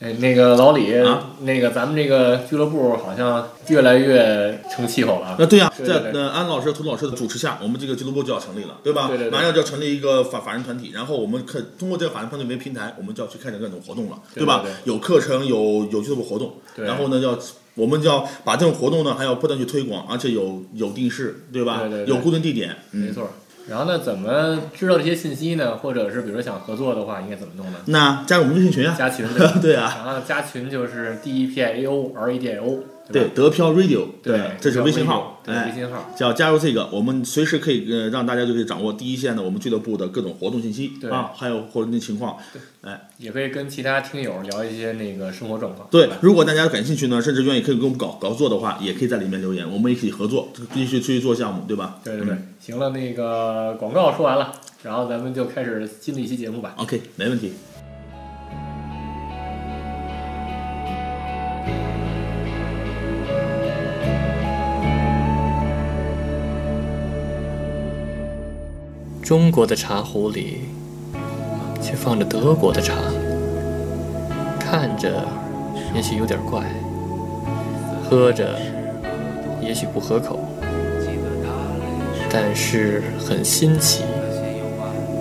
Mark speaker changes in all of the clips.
Speaker 1: 哎，那个老李，
Speaker 2: 啊
Speaker 1: 那个咱们这个俱乐部好像越来越成气候了啊。
Speaker 2: 那对呀、
Speaker 1: 对对
Speaker 2: 在
Speaker 1: 对
Speaker 2: 呃安老师、涂老师的主持下，我们这个俱乐部就要成立了，对吧？
Speaker 1: 对对对
Speaker 2: 马上就要成立一个法法人团体，然后我们可通过这个法人团体为平台，我们就要去开展各种活动了，
Speaker 1: 对对
Speaker 2: 吧？
Speaker 1: 对
Speaker 2: 有课程，有有俱乐部活动，
Speaker 1: 对
Speaker 2: 然后呢要。我们就要把这种活动呢，还要不断去推广，而且有有定式，对吧？
Speaker 1: 对对对
Speaker 2: 有固定地点，
Speaker 1: 没
Speaker 2: 嗯。
Speaker 1: 错。然后呢，怎么知道这些信息呢？或者是比如说想合作的话，应该怎么弄呢？
Speaker 2: 嗯那加入我们微信群啊，？
Speaker 1: 加群对吧
Speaker 2: 对啊，
Speaker 1: 然后加群就是 D E P I A O R E D I O，
Speaker 2: 对
Speaker 1: 吧？
Speaker 2: 德飘 Radio，
Speaker 1: 对，
Speaker 2: 这是微信号，
Speaker 1: 对
Speaker 2: 哎
Speaker 1: 微信号。
Speaker 2: 只要加入这个，我们随时可以呃让大家就可以掌握第一线的我们俱乐部的各种活动信息
Speaker 1: 对
Speaker 2: 啊，还有活动的情况。
Speaker 1: 也可以跟其他听友聊一些那个生活状况。
Speaker 2: 对
Speaker 1: 吧，
Speaker 2: 如果大家感兴趣呢，甚至愿意可以跟我们搞搞做的话，也可以在里面留言，我们一起合作，一起去做项目，对吧？
Speaker 1: 对对对
Speaker 2: 嗯，
Speaker 1: 行了，那个广告说完了，然后咱们就开始新的一期节目吧。
Speaker 2: OK，没问题。
Speaker 3: 中国的茶壶里却放着德国的茶，看着也许有点怪，喝着也许不合口，但是很新奇，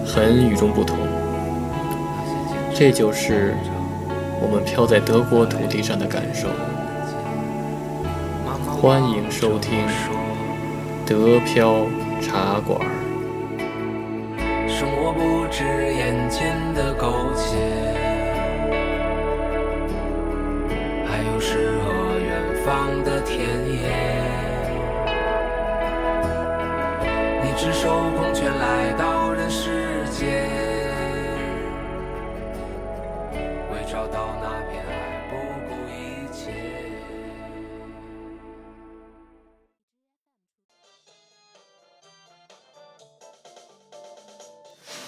Speaker 3: 很与众不同。这就是我们飘在德国土地上的感受。欢迎收听德飘茶馆儿。
Speaker 4: 生活不止眼前的苟且，还有诗和远方的田野。你赤手空拳来到人世间，为找到那片海不顾一切。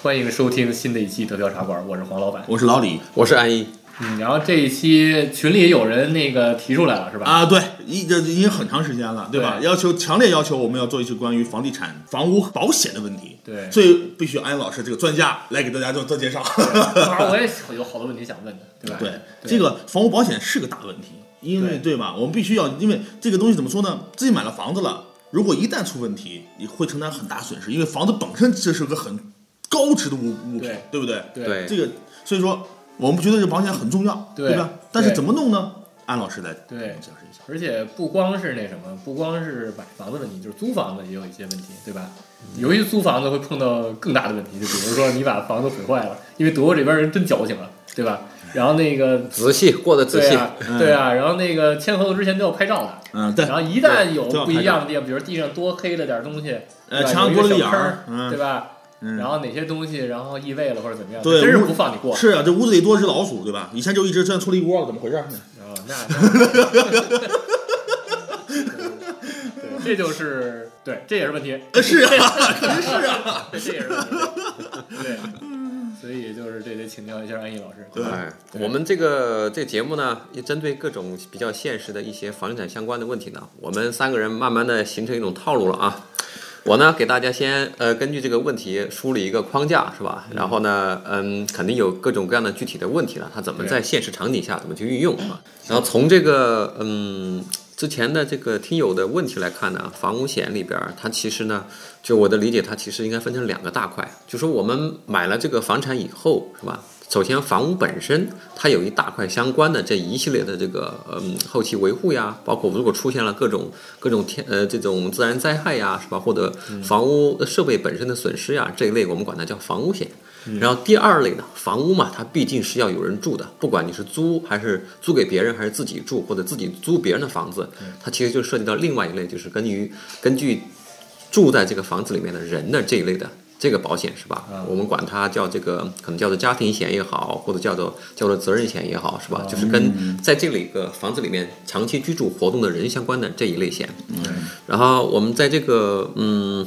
Speaker 1: 欢迎收听新的一期德标茶馆，我是黄老板。
Speaker 2: 我是老李
Speaker 5: 我是安一，
Speaker 1: 嗯，然后这一期群里有人那个提出来了是吧？
Speaker 2: 啊，对，一这已经很长时间了，对吧？
Speaker 1: 对
Speaker 2: 要求强烈要求我们要做一些关于房地产、房屋保险的问题，
Speaker 1: 对
Speaker 2: 所以必须安老师这个专家来给大家做做介绍。
Speaker 1: 正好我也有好多问题想问的，对吧？
Speaker 2: 对，这个房屋保险是个大问题，因为对吧？我们必须要，因为这个东西怎么说呢？自己买了房子了，如果一旦出问题，你会承担很大损失，因为房子本身这是个很高值的物物品，
Speaker 1: 对
Speaker 2: 对不对？
Speaker 1: 对
Speaker 5: 对
Speaker 2: 这个所以说，我们觉得这保险很重要，
Speaker 1: 对
Speaker 2: 吧？但是
Speaker 1: 对
Speaker 2: 怎么弄呢？安老师来
Speaker 1: 对
Speaker 2: 解释一下。
Speaker 1: 而且不光是那什么，不光是买房子问题，就是租房子也有一些问题，对吧？由于租房子会碰到更大的问题，就比如说你把房子毁坏了，因为德国这边人真矫情啊，对吧？然后那个，
Speaker 5: 仔细过得仔
Speaker 1: 对
Speaker 5: 细，
Speaker 1: 啊，对啊，然后那个签合同之前都要拍照的，
Speaker 2: 嗯，对
Speaker 1: 然，后一旦有
Speaker 2: 对
Speaker 1: 不一样的地方，比如地上多黑了点东西，
Speaker 2: 呃，
Speaker 1: 对吧
Speaker 2: 墙上
Speaker 1: 有
Speaker 2: 多
Speaker 1: 一个小
Speaker 2: 了个眼
Speaker 1: 坑
Speaker 2: 儿
Speaker 1: 儿，
Speaker 2: 嗯
Speaker 1: 对，吧？
Speaker 2: 嗯
Speaker 1: 然后哪些东西然后异味了或者怎么样，
Speaker 2: 对
Speaker 1: 真是
Speaker 2: 屋
Speaker 1: 不放你过。
Speaker 2: 是啊，这屋子里多只老鼠，对吧？以前就一只，现在出了一窝了，怎么回事儿？
Speaker 1: 啊，那 那对，这就是对，这也是问题，
Speaker 2: 呃是啊，肯定是啊。
Speaker 1: 对，这也是问题，对，所以就是这得请教一下安逸老师。
Speaker 2: 对
Speaker 5: 哎，我们这个这个节目呢，也针对各种比较现实的一些房地产相关的问题呢，我们三个人慢慢的形成一种套路了啊。我呢，给大家先呃，根据这个问题梳理一个框架，是吧？然后呢，嗯，肯定有各种各样的具体的问题了，它怎么
Speaker 1: 对
Speaker 5: 在现实场景下怎么去运用啊？然后从这个嗯之前的这个听友的问题来看呢，房屋险里边儿它其实呢，就我的理解，它其实应该分成两个大块，就说我们买了这个房产以后，是吧？首先，房屋本身它有一大块相关的这一系列的这个嗯后期维护呀，包括如果出现了各种各种天呃这种自然灾害呀，是吧？或者房屋设备本身的损失呀这一类，我们管它叫房屋险。然后第二类呢，房屋嘛，它毕竟是要有人住的，不管你是租还是租给别人，还是自己住，或者自己租别人的房子，它其实就涉及到另外一类，就是根据根据住在这个房子里面的人的这一类的这个保险是吧？我们管它叫这个，可能叫做家庭险也好，或者叫做叫做责任险也好，是吧？就是跟在这里个房子里面长期居住活动的人相关的这一类险。嗯，然后我们在这个嗯。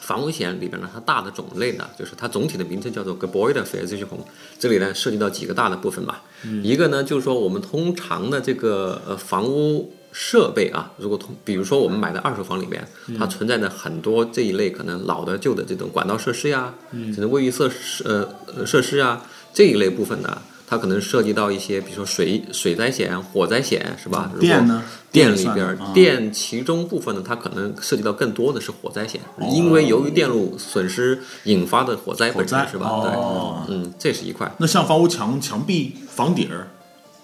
Speaker 5: 房屋险里边呢，它大的种类呢，就是它总体的名称叫做 Gebäudeversicherung。这里呢，涉及到几个大的部分吧。
Speaker 2: 嗯
Speaker 5: 一个呢，就是说我们通常的这个呃房屋设备啊，如果通，比如说我们买的二手房里面，
Speaker 2: 嗯
Speaker 5: 它存在着很多这一类可能老的旧的这种管道设施呀，嗯、可能卫浴设施呃呃设施啊这一类部分呢，它它可能涉及到一些，比如说水水灾险、火灾险，是吧？如果
Speaker 2: 电呢？
Speaker 5: 电里
Speaker 2: 算
Speaker 5: 边儿
Speaker 2: 啊，
Speaker 5: 电其中部分呢，它可能涉及到更多的是火灾险，因为由于电路损失引发的火灾本
Speaker 2: 火灾
Speaker 5: 身是吧？
Speaker 2: 哦
Speaker 5: 对，嗯，这是一块。
Speaker 2: 那像房屋墙、墙壁、房顶儿，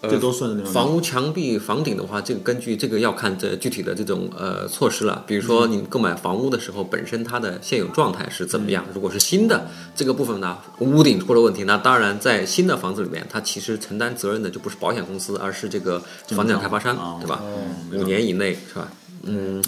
Speaker 2: 这都算在内吗？
Speaker 5: 呃房屋墙壁、房顶的话，这个根据这个要看这具体的这种呃措施了。比如说
Speaker 2: 嗯
Speaker 5: 你购买房屋的时候，本身它的现有状态是怎么
Speaker 2: 嗯
Speaker 5: 样？如果是新的这个部分呢，屋顶出了问题，那当然在新的房子里面，它其实承担责任的就不是保险公司，而是这个房地产开发商
Speaker 2: 哦，
Speaker 5: 对吧？五年以内是吧？嗯。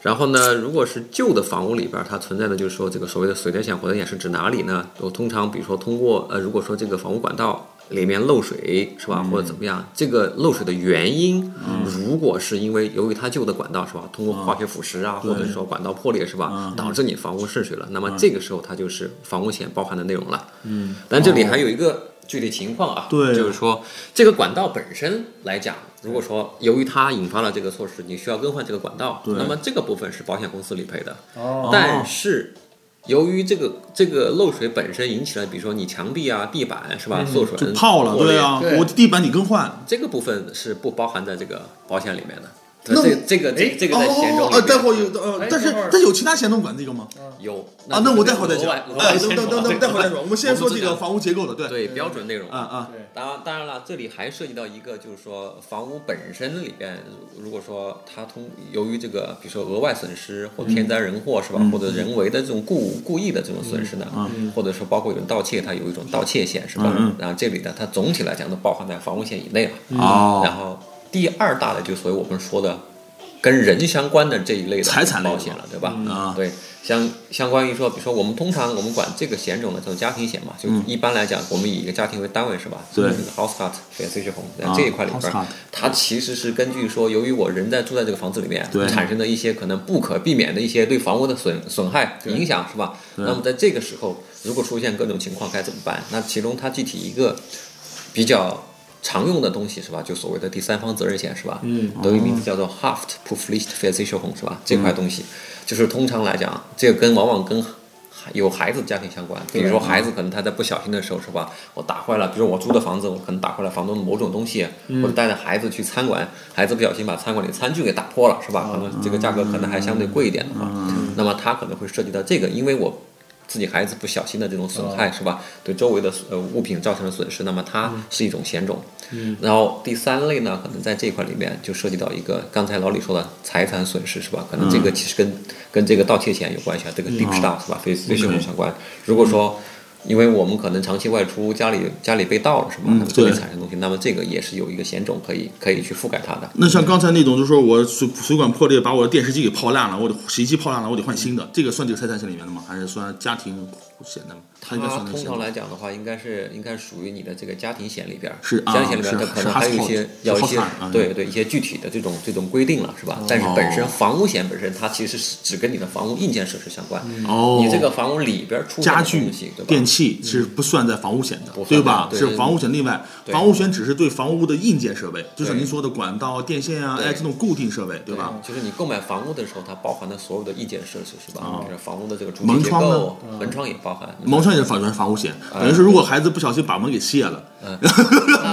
Speaker 5: 然后呢，如果是旧的房屋里边儿，它存在的就是说这个所谓的水灾险、火灾险是指哪里呢？我通常比如说通过呃，如果说这个房屋管道里面漏水是吧，或者怎么样，这个漏水的原因，如果是因为由于它旧的管道是吧，通过化学腐蚀啊，或者说管道破裂是吧，导致你房屋渗水了，那么这个时候它就是房屋险包含的内容了。嗯，但这里还有一个具体情况啊，
Speaker 2: 对
Speaker 5: 就是说这个管道本身来讲，如果说由于它引发了这个措施，你需要更换这个管道，
Speaker 2: 对
Speaker 5: 那么这个部分是保险公司理赔的。
Speaker 1: 哦，
Speaker 5: 但是由于这个这个漏水本身引起了，比如说你墙壁啊、地板是吧，受损
Speaker 2: 嗯就泡了，
Speaker 5: 破裂
Speaker 2: 对啊，
Speaker 1: 对
Speaker 2: 我地板你更换。
Speaker 5: 这个部分是不包含在这个保险里面的。
Speaker 2: 那
Speaker 5: 这
Speaker 2: 我
Speaker 5: 这个这
Speaker 1: 哎
Speaker 5: 这个在险中
Speaker 2: 哦
Speaker 5: 里
Speaker 2: 呃，
Speaker 5: 面
Speaker 2: 待会儿有呃
Speaker 1: 哎，
Speaker 2: 但是
Speaker 1: 等会儿嗯
Speaker 2: 但有其他险种管这个吗？
Speaker 5: 有
Speaker 2: 啊，那我待会儿再讲。哎，等等等等，待会儿再
Speaker 5: 说。
Speaker 2: 说。我们先说这
Speaker 5: 我
Speaker 2: 个
Speaker 5: 们
Speaker 2: 房屋结构的，对，
Speaker 5: 对标准内容
Speaker 2: 啊啊，
Speaker 1: 对，
Speaker 5: 当然，当然了，这里还涉及到一个，就是说房屋本身里边，如如果说它通由于这个，比如说额外损失
Speaker 2: 嗯
Speaker 5: 或天灾人祸、是吧，或者人为的这种故故意的这种损失呢，或者说包括有人盗窃，它有一种盗窃险是吧？
Speaker 2: 啊嗯
Speaker 5: 然后这里呢，它总体来讲都包含在房屋险以内了。
Speaker 2: 哦
Speaker 5: 然后第二大的就是所谓我们说的跟人相关的这一类的
Speaker 2: 财产类的
Speaker 5: 保险了，对吧？
Speaker 2: 啊
Speaker 5: 对，相相关于说，比如说我们通常我们管这个险种呢叫家庭险嘛，就一般来讲，我们以一个家庭为单位是吧？
Speaker 2: 嗯对
Speaker 5: 这个 house cut 粉碎血红在
Speaker 2: 啊
Speaker 5: 这一块里
Speaker 2: house
Speaker 5: 边
Speaker 2: cut
Speaker 5: 儿，它其实是根据说，由于我人在住在这个房子里面
Speaker 2: 对
Speaker 5: 产生的一些可能不可避免的一些对房屋的损损害影响是吧？那么在这个时候，如果出现各种情况该怎么办？那其中它具体一个比较常用的东西是吧？就所谓的第三方责任险是吧？嗯，德语名字叫做 Haftpflichtversicherung 是吧？这块东西、就是通常来讲，这个跟往往跟有孩子的家庭相关，比如说孩子可能他在不小心的时候是吧，我打坏了，比如我租的房子，我可能打坏了房东的某种东西，或者带着孩子去餐馆，孩子不小心把餐馆里餐具给打破了是吧？可能这个价格可能还相对贵一点的话，那么他可能会涉及到这个，因为我自己孩子不小心的这种损害、是吧？对周围的呃物品造成的损失，那么它是一种险种。嗯。然后第三类呢，可能在这一块里面就涉及到一个刚才老李说的财产损失是吧？可能这个其实跟、跟这个盗窃险有关系啊，这个 deep s t a r 是吧？非非信用相关。如果说因为我们可能长期外出，家里家里被盗了是吧？那么这
Speaker 2: 对
Speaker 5: 类产生的东西，那么这个也是有一个险种可以可以去覆盖它的。
Speaker 2: 那像刚才那种，就是说我水水管破裂，把我的电视机给泡烂了，我的洗衣机泡烂了，我得换新的，这个算这个财产险里面的吗？还是算家庭险的吗？它应该
Speaker 5: 它
Speaker 2: 算在
Speaker 5: 啊通
Speaker 2: 险
Speaker 5: 常
Speaker 2: 吗
Speaker 5: 来讲的话，应该是应该属于你的这个家庭险里边儿，
Speaker 2: 是啊
Speaker 5: 家庭险里
Speaker 2: 是
Speaker 5: 边儿，它可
Speaker 2: 是
Speaker 5: 能还有一
Speaker 2: household，
Speaker 5: 些
Speaker 2: 是
Speaker 5: 有一些
Speaker 2: household，嗯
Speaker 5: 对对一些具体的这种这种规定了，是吧？但是本身
Speaker 2: 哦
Speaker 5: 房屋险本身它其实是只跟你的房屋硬件设施相关，
Speaker 2: 哦，
Speaker 5: 你这个房屋里边儿出现
Speaker 2: 家
Speaker 5: 的东
Speaker 2: 具
Speaker 5: 西，对、吧？嗯
Speaker 2: 电器是不算在房屋险的，对吧？
Speaker 5: 对
Speaker 2: 是房屋险另外，
Speaker 5: 对
Speaker 2: 房屋险只是对房屋的硬件设备，就是
Speaker 5: 对
Speaker 2: 您说的管道、电线啊，
Speaker 5: 对
Speaker 2: 哎，这种固定设备，对吧？
Speaker 5: 嗯就是你购买房屋的时候，它包含的所有的硬件设施是吧？比如房屋的这个主
Speaker 2: 哦门
Speaker 5: 体结
Speaker 2: 窗呢嗯
Speaker 5: 构，门窗也包含。
Speaker 2: 门窗也是法院房屋险，等于是如果孩子不小心把门给卸了，
Speaker 5: 那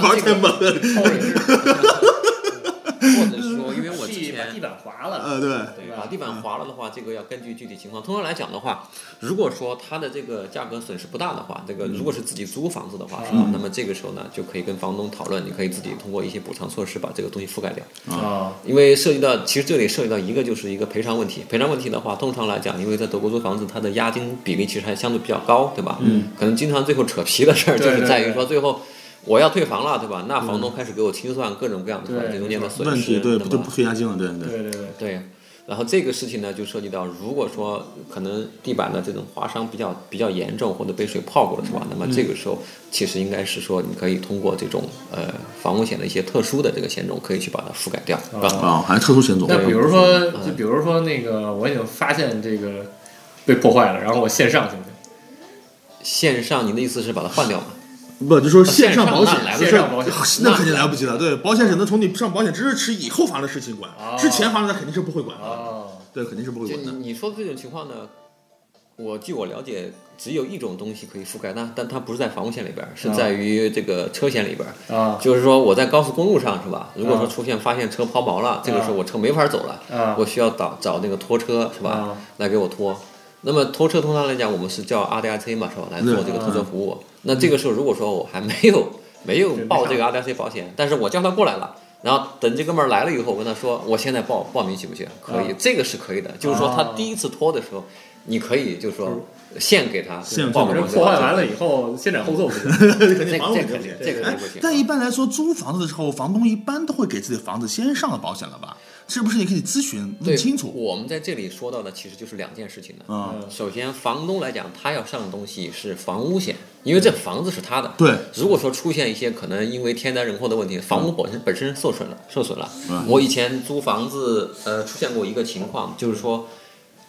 Speaker 2: 玩
Speaker 5: 这
Speaker 2: 太
Speaker 5: 个
Speaker 2: 猛了，
Speaker 1: 或者
Speaker 5: 或者说，因为我之
Speaker 1: 是把
Speaker 5: 前
Speaker 1: 地板划了，
Speaker 2: 呃，对，
Speaker 5: 对，把地板划了的话，这个要根据具体情况。通常来讲的话，如果说它的这个价格损失不大的话，这个
Speaker 2: 嗯
Speaker 5: 如果是自己租房子的话，是吧？那么这个时候呢，就可以跟房东讨论，你可以自己通过一些补偿措施把这个东西覆盖掉。
Speaker 1: 啊，
Speaker 5: 因为涉及到，其实这里涉及到一个就是一个赔偿问题。赔偿问题的话，通常来讲，因为在德国租房子，它的押金比例其实还相对比较高，对吧？嗯，可能经常最后扯皮的事儿就
Speaker 1: 对
Speaker 5: 是
Speaker 1: 对
Speaker 5: 在于
Speaker 1: 对
Speaker 5: 说最后。我要退房了，对吧？那房东开始给我清算各种各样的
Speaker 1: 对
Speaker 5: 这中间的损
Speaker 2: 嗯问
Speaker 5: 失，
Speaker 2: 题对
Speaker 5: 吧
Speaker 2: 就不退押金了，对对。
Speaker 1: 对对对，
Speaker 5: 对，然后这个事情呢，就涉及到，如果说可能地板的这种划伤比较比较严重，或者被水泡过了，是吧？那么这个时候，其实应该是说，你可以通过这种呃房屋险的一些特殊的这个险种，可以去把它覆盖掉，是吧？
Speaker 2: 啊，还是特殊险种，
Speaker 1: 那比如说，就比如说那个，我已经发现这个被破坏了，然后我线上行不行？
Speaker 5: 线上，您的意思是把它换掉吗？
Speaker 2: 不就说线上
Speaker 5: 线上
Speaker 2: 保险
Speaker 5: 那来，
Speaker 1: 不及
Speaker 2: 就是
Speaker 1: 线上保险
Speaker 2: 那肯定来不及了。对，保险只能从你上保险知识以后发生的事情管
Speaker 1: 哦，
Speaker 2: 之前发生的肯定是不会管的。
Speaker 1: 哦，
Speaker 2: 对，肯定是不会
Speaker 5: 就
Speaker 2: 管
Speaker 5: 你
Speaker 2: 的。
Speaker 5: 你说的这种情况呢，我据我了解，只有一种东西可以覆盖，那但它不是在防护线里边儿，是在于这个车险里边儿。
Speaker 1: 啊
Speaker 5: 就是说我在高速公路上是吧？如果说
Speaker 1: 啊
Speaker 5: 出现发现车抛锚了，这个时候我车没法走了，
Speaker 1: 啊
Speaker 5: 我需要找找那个拖车是吧？
Speaker 1: 啊
Speaker 5: 来给我拖。那么拖车通常来讲，我们是叫 RDIC 嘛是吧？来做这个拖车服
Speaker 1: 啊
Speaker 5: 务。那这个时候如果说我还没有没有报这个 RDIC 保险，但是我叫他过来了。然后等这哥们儿来了以后，我跟他说，我现在报报名行不行？可以，
Speaker 1: 啊
Speaker 5: 这个是可以的。就是说他
Speaker 1: 啊
Speaker 5: 第一次拖的时候，你可以就是说现给他
Speaker 2: 现
Speaker 5: 报
Speaker 1: 我
Speaker 5: 名
Speaker 1: 这
Speaker 5: 这个
Speaker 1: 啊破坏完了以后，先斩后奏不行。
Speaker 2: 肯定
Speaker 5: 这
Speaker 2: 房
Speaker 5: 这
Speaker 2: 东
Speaker 5: 肯
Speaker 2: 不行
Speaker 5: 定。这肯定
Speaker 2: 哎
Speaker 5: 不行，。
Speaker 2: 但一般来说，租房子的时候，房东一般都会给自己的房子先上了保险了吧？是不是？你可以咨询
Speaker 5: 对
Speaker 2: 问清楚。
Speaker 5: 我们在这里说到的其实就是两件事情呢。
Speaker 2: 啊，
Speaker 5: 首先，房东来讲，他要上的东西是房屋险，因为这房子是他的。
Speaker 2: 对
Speaker 5: 如果说出现一些可能因为天灾人祸的问题，房屋本身本身受损了，受损了
Speaker 2: 嗯。
Speaker 5: 我以前租房子，呃，出现过一个情况，就是说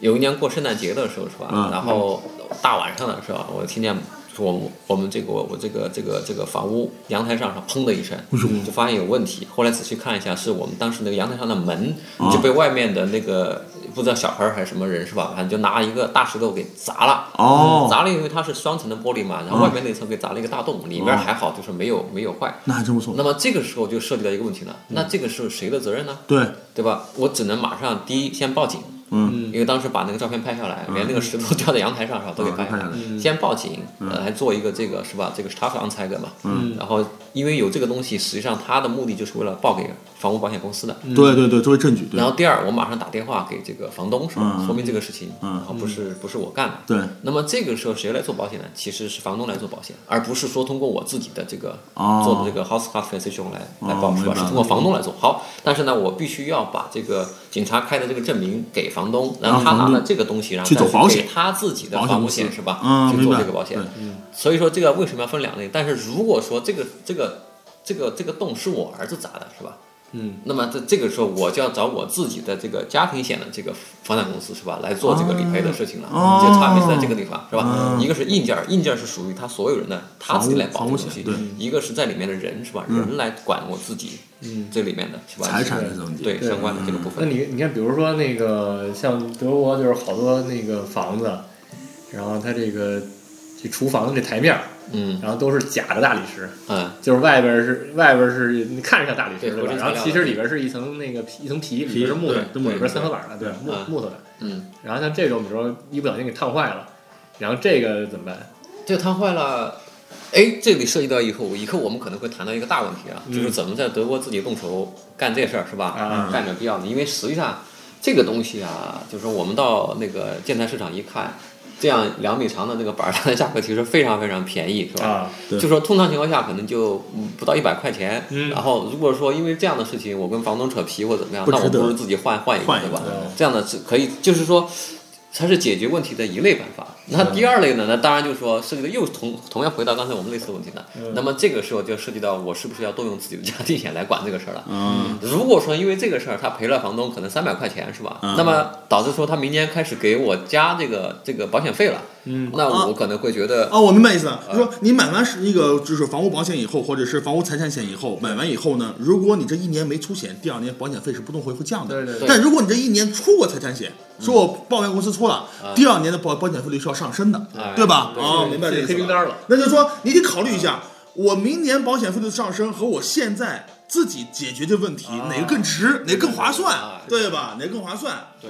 Speaker 5: 有一年过圣诞节的时候，是吧？
Speaker 2: 嗯
Speaker 5: 然后大晚上的时候，我听见我们我们这个我这个这个这个房屋阳台上砰的一声，
Speaker 2: 哎
Speaker 5: 就发现有问题。后来仔细看一下，是我们当时那个阳台上的门
Speaker 2: 啊
Speaker 5: 就被外面的那个不知道小孩儿还是什么人是吧，反正就拿一个大石头给砸了。
Speaker 2: 哦嗯
Speaker 5: 砸了因为它是双层的玻璃嘛，然后外面那层给砸了一个大洞，里边还好就是没有没有坏。
Speaker 2: 那还真不错
Speaker 5: 那。么这个时候就涉及到一个问题
Speaker 2: 嗯
Speaker 5: 了，那这个是谁的责任呢？
Speaker 2: 对，
Speaker 5: 对吧？我只能马上第一先报警，
Speaker 2: 嗯，
Speaker 5: 因为当时把那个照片拍下来，连那个石头掉在阳台上是吧，都给
Speaker 2: 嗯
Speaker 5: 拍
Speaker 2: 拍
Speaker 5: 下
Speaker 2: 下
Speaker 5: 来
Speaker 2: 来，嗯
Speaker 5: 先报警，呃，来做一个这个是吧？这个 staff on tiger 嘛，
Speaker 1: 嗯
Speaker 5: 然后因为有这个东西，实际上它的目的就是为了报给房屋保险公司的。
Speaker 2: 对对对，作为证据，对
Speaker 5: 然后第二，我马上打电话给这个房东，是吧？
Speaker 2: 嗯
Speaker 5: 说明这个事情，
Speaker 2: 嗯
Speaker 5: 然后不是不是我干的，
Speaker 2: 对
Speaker 5: 那么这个时候谁来做保险呢？其实是房东来做保险，而不是说通过我自己的这个、
Speaker 2: 哦
Speaker 5: 做的这个 house c a r transaction 来、
Speaker 2: 哦
Speaker 5: 来报是
Speaker 2: 明
Speaker 5: 吧？
Speaker 2: 白
Speaker 5: 是通过房东来做。好，但是呢，我必须要把这个警察开的这个证明给房东，然后他
Speaker 2: 让
Speaker 5: 拿
Speaker 2: 房东
Speaker 5: 了这个东西，然后
Speaker 2: 去
Speaker 5: 再
Speaker 2: 走保
Speaker 5: 给
Speaker 2: 险
Speaker 5: 他自己的
Speaker 2: 保险
Speaker 5: 房屋
Speaker 2: 公司
Speaker 5: 险是吧？
Speaker 2: 嗯
Speaker 5: 去
Speaker 2: 明
Speaker 5: 做
Speaker 2: 白
Speaker 5: 这个保险
Speaker 2: 对。
Speaker 5: 所以说这个为什么要分两类？但是如果说这个这个这个这个洞是我儿子砸的，是吧？
Speaker 1: 嗯，
Speaker 5: 那么在这个时候，我就要找我自己的这个家庭险的这个房产公司是吧，来做这个理赔的事情了。
Speaker 2: 哦
Speaker 5: 这差别是在这个地方是吧？
Speaker 2: 嗯
Speaker 5: 一个是硬件儿，硬件儿是属于他所有人的，他
Speaker 2: 房屋
Speaker 5: 自己来保这
Speaker 2: 房
Speaker 5: 个
Speaker 2: 屋
Speaker 5: 东西
Speaker 2: 险对；嗯
Speaker 5: 一个是在里面的人是吧，人来管我自己这里面的是吧
Speaker 2: 财产嗯的问题。
Speaker 5: 对
Speaker 1: 对
Speaker 5: 相关的这个部
Speaker 1: 嗯那
Speaker 5: 分。
Speaker 1: 你你看，比如说那个像德国，就是好多那个房子，然后它这个这厨房这台面儿，
Speaker 5: 嗯
Speaker 1: 然后都是假的大理石，
Speaker 5: 嗯，
Speaker 1: 就是外边儿是外边儿是你看着像大理石
Speaker 5: 对
Speaker 1: 对吧
Speaker 5: 合成材？料
Speaker 1: 然后其实里边儿是一层那个皮一层皮，里边是木头，
Speaker 2: 对
Speaker 1: 里边儿三合板的，对
Speaker 2: 对
Speaker 1: 木
Speaker 5: 嗯
Speaker 1: 木头的。
Speaker 5: 嗯，
Speaker 1: 然后像这种，比如说一不小心给烫坏了，然后这个怎么办？
Speaker 5: 这个瘫痪了。哎，这里涉及到以后，以后我们可能会谈到一个大问题啊，就是怎么在德国自己动手干这事儿是吧？
Speaker 1: 啊
Speaker 5: 干点必要的，因为实际上这个东西啊，就是说我们到那个建材市场一看，这样两米长的那个板儿，它的价格其实非常非常便宜，是吧？
Speaker 1: 啊，
Speaker 2: 对
Speaker 5: 就说通常情况下可能就嗯不到一百块钱，
Speaker 1: 嗯
Speaker 5: 然后如果说因为这样的事情我跟房东扯皮或怎么样，
Speaker 2: 不
Speaker 5: 那我
Speaker 2: 值得
Speaker 5: 不如自己换换一个
Speaker 2: 换一
Speaker 5: 对
Speaker 2: 个
Speaker 5: 吧
Speaker 1: 对？
Speaker 5: 这样的是可以，就是说它是解决问题的一类办法。那
Speaker 2: 嗯
Speaker 5: 第二类呢，那当然就是说涉及到又同同样回到刚才我们类似的问题呢。
Speaker 2: 嗯
Speaker 5: 那么这个时候就涉及到我是不是要动用自己的家庭险来管这个事儿了？
Speaker 2: 嗯，
Speaker 5: 如果说因为这个事儿他赔了房东可能三百块钱是吧？
Speaker 2: 嗯
Speaker 5: 那么导致说他明年开始给我加这个这个保险费了，
Speaker 1: 嗯，
Speaker 2: 啊
Speaker 5: 那我可能会觉得
Speaker 2: 哦，我明白意思了。就说你买完是那个就是房屋保险以后，或者是房屋财产险以后，买完以后呢，如果你这一年没出险，第二年保险费是不动会会降的。
Speaker 1: 对对
Speaker 5: 对
Speaker 2: 但如果你这一年出过财产险，说我保险公司出了，第二年的保保险费率是要上升的，
Speaker 5: 哎
Speaker 2: 对吧？
Speaker 5: 对
Speaker 2: 哦，
Speaker 1: 对
Speaker 2: 明白这意思
Speaker 1: 黑名单了。
Speaker 2: 那就是说，你得考虑一下，我明年保险费率的上升和我现在。自己解决这问题，哪个更值，哪个更划算
Speaker 5: 啊，
Speaker 2: 对吧？哪个更划算？
Speaker 5: 对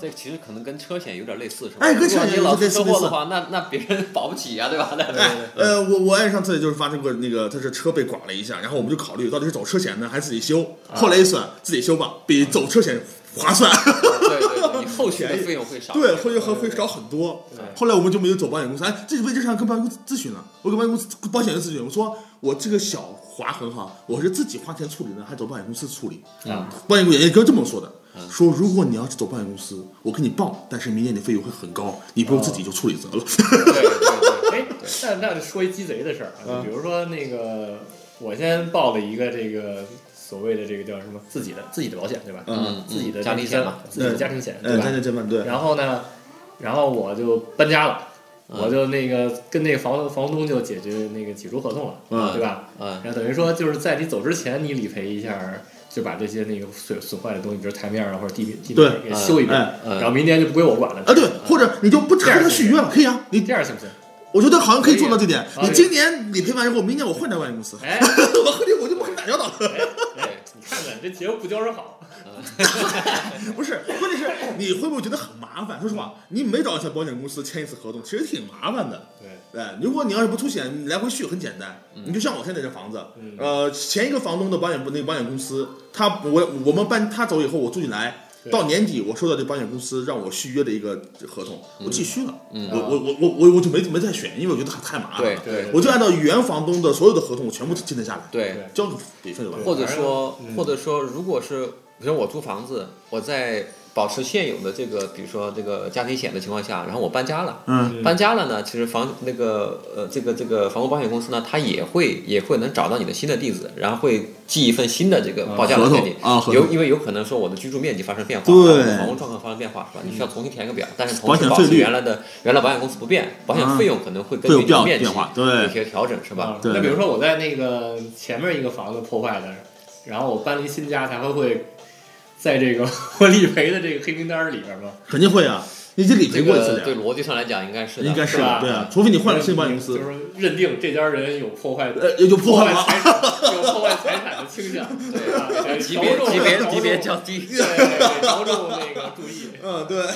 Speaker 5: 这其实可能跟车险有点类似，是
Speaker 2: 嗯
Speaker 5: 吧？
Speaker 2: 哎跟车险
Speaker 5: 如果你老
Speaker 2: 有点类
Speaker 5: 出
Speaker 2: 似
Speaker 5: 车祸的话，那那别人保不起呀、对吧？那
Speaker 1: 嗯
Speaker 2: 哎，呃，我我爱上次就是发生过那个，他是车被剐了一下，然后我们就考虑到底是走车险呢，还是自己修。
Speaker 1: 啊
Speaker 2: 后来一算，自己修吧，比走车险划算，
Speaker 1: 嗯
Speaker 5: 对对对，你后续的费用会 少。
Speaker 2: 对，会会会少很多。
Speaker 1: 嗯
Speaker 2: 后来我们就没有走保险公司，哎，这问题上跟保险公司咨询了，我跟保险公司保险公司咨询，我说我这个小划痕哈，我是自己花钱处理呢，还是走保险公司处理？
Speaker 1: 啊，
Speaker 2: 保险公司也跟这么说的。
Speaker 1: 嗯
Speaker 2: 说，如果你要是走保险公司，我给你报，但是明年你费用会很高，你不用自己就处理得了。
Speaker 1: 嗯
Speaker 5: 对对对
Speaker 1: 哎，那那就说一鸡贼的事儿啊，比如说那个我先报了一个这个所谓的这个叫什么自己的自己的保险对吧？
Speaker 5: 嗯
Speaker 1: 自己的
Speaker 5: 家庭险嘛
Speaker 1: 自己的家庭 险对
Speaker 2: 嗯，
Speaker 1: 吧
Speaker 2: 但？是这么对，
Speaker 1: 然后呢，然后我就搬家了，
Speaker 2: 嗯
Speaker 1: 我就那个跟那个房房东就解决那个解除合同了，
Speaker 5: 嗯
Speaker 1: 对吧？
Speaker 5: 嗯
Speaker 1: 然后等于说就是在你走之前，你理赔一下就把这些那个损损坏的东西，比如台面啊或者地地
Speaker 2: 对
Speaker 1: 面给修一遍，
Speaker 2: 哎
Speaker 5: 哎
Speaker 1: 然后明年就不归我管了。
Speaker 2: 啊，对，或者你就不和他续约了，可以啊，你
Speaker 1: 这样行不 行？
Speaker 2: 我觉得好像可以做到这点。
Speaker 1: 可以
Speaker 2: 你今年理赔完以后，明年我换家保险公司，
Speaker 1: 哎，
Speaker 2: 我和你我就不跟你打交道了。
Speaker 1: 哎你看看这节目不教人好，
Speaker 2: 不是，关键是你会不会觉得很麻烦？说实话，你每找一家保险公司签一次合同，其实挺麻烦的。
Speaker 1: 对，
Speaker 2: 哎，如果你要是不出险，你来回续很简单。你就像我现在这房子，呃，前一个房东的保险那个保险公司，他我我们搬他走以后，我住进来，
Speaker 1: 对
Speaker 2: 到年底我收到这保险公司让我续约的一个合同，我继续了，
Speaker 5: 嗯
Speaker 2: 我我我我我我就没没再选，因为我觉得太麻烦
Speaker 5: 对
Speaker 2: 了。
Speaker 1: 对
Speaker 2: 我就按照原房东的所有的合同，我全部签订下来，
Speaker 5: 对，
Speaker 2: 交个笔费就完了。
Speaker 5: 或者说
Speaker 1: 嗯
Speaker 5: 或者说，如果是比如说我租房子，我在保持现有的这个，比如说这个家庭险的情况下，然后我搬家了。
Speaker 2: 嗯，
Speaker 5: 搬家了呢，其实房那个呃，这个这个房屋保险公司呢，它也会也会能找到你的新的地址，然后会寄一份新的这个报价
Speaker 2: 合
Speaker 5: 单给
Speaker 2: 同
Speaker 5: 你。
Speaker 2: 啊合
Speaker 5: 有
Speaker 2: 同
Speaker 5: 因为有可能说我的居住面积发生变化，
Speaker 2: 对
Speaker 5: 我的房屋状况发生变化是吧？你需要重新填一个表，但是同时
Speaker 2: 保险
Speaker 5: 保
Speaker 2: 费
Speaker 5: 持
Speaker 2: 率
Speaker 5: 原来的原来保险公司不变，保险
Speaker 2: 啊
Speaker 5: 费用可能会根
Speaker 2: 会有
Speaker 5: 据你的
Speaker 2: 变
Speaker 5: 面积
Speaker 2: 变化对嗯
Speaker 5: 有些调整是吧
Speaker 1: 啊？
Speaker 2: 对
Speaker 1: 那比如说我在那个前面一个房子破坏的，然后我搬了一新家，才会会在这个 我理赔的这个黑名单里边吗？
Speaker 2: 肯定会啊，你这理赔
Speaker 5: 这
Speaker 2: 过一次
Speaker 5: 个
Speaker 2: 的呀
Speaker 5: 对，逻辑上来讲应该是的，
Speaker 2: 应 该是
Speaker 1: 是吧
Speaker 2: 对啊，除非你换了新保险公
Speaker 1: 就
Speaker 2: 司
Speaker 1: 是，认定这家人有破坏，
Speaker 2: 呃，也就破
Speaker 1: 破坏
Speaker 2: 坏了。
Speaker 1: 财产，有破坏财产的倾向，对吧？哎
Speaker 5: 级别级别级别，较
Speaker 1: 着重
Speaker 5: 低。
Speaker 1: 对对对着重那个注意。
Speaker 2: 嗯， 对，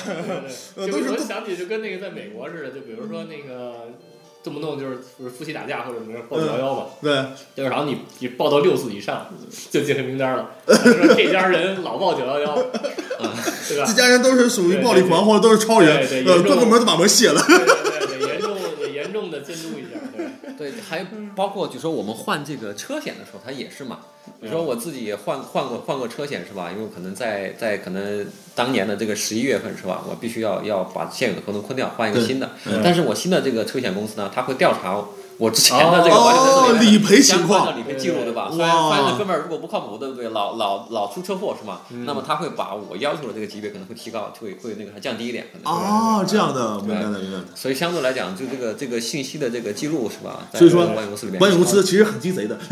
Speaker 1: 对，
Speaker 2: 都
Speaker 1: 就是我
Speaker 2: 都
Speaker 1: 想起就跟那个在美国似的，就比如说那个动不动就是就是夫妻打架或者什么报
Speaker 2: 嗯
Speaker 1: 九幺幺嘛，
Speaker 2: 对，
Speaker 1: 就是然后你你报到六次以上就进黑名单了，就是说这家人老报九幺幺，对吧
Speaker 2: 这？家人都是属于暴力狂或者都是超人
Speaker 1: 对，对
Speaker 2: 呃，
Speaker 1: 严重
Speaker 2: 关个门都把门卸了。
Speaker 1: 对对对，得严重得严重的监督一下，对。
Speaker 2: 嗯
Speaker 5: 对，还包括就说我们换这个车险的时候，它也是嘛。比
Speaker 2: 嗯
Speaker 5: 如说我自己也换换过换过车险是吧？因为可能在在可能当年的这个十一月份是吧？我必须要要把现有的合同坤掉，换一个
Speaker 2: 对
Speaker 5: 新的
Speaker 1: 嗯。
Speaker 5: 但是我新的这个车险公司呢，它会调查我之前的这个保险公司
Speaker 2: 哦，
Speaker 5: 里面
Speaker 2: 理赔
Speaker 5: 相
Speaker 2: 情
Speaker 5: 关的
Speaker 2: 况，
Speaker 5: 理赔记录对吧？
Speaker 2: 哇
Speaker 5: 虽然虽然这哥们儿如果不靠谱，对不对？老老老出车祸是吗？
Speaker 2: 嗯
Speaker 5: 那么他会把我要求的这个级别可能会提高，会会那个还降低一点可能。
Speaker 2: 哦，这样的，明白了，明白了。
Speaker 5: 所以相对来讲，就这个这个信息的这个记录是吧？在
Speaker 2: 所以说
Speaker 5: 保险公司里面，
Speaker 2: 保险公司其实很鸡贼的，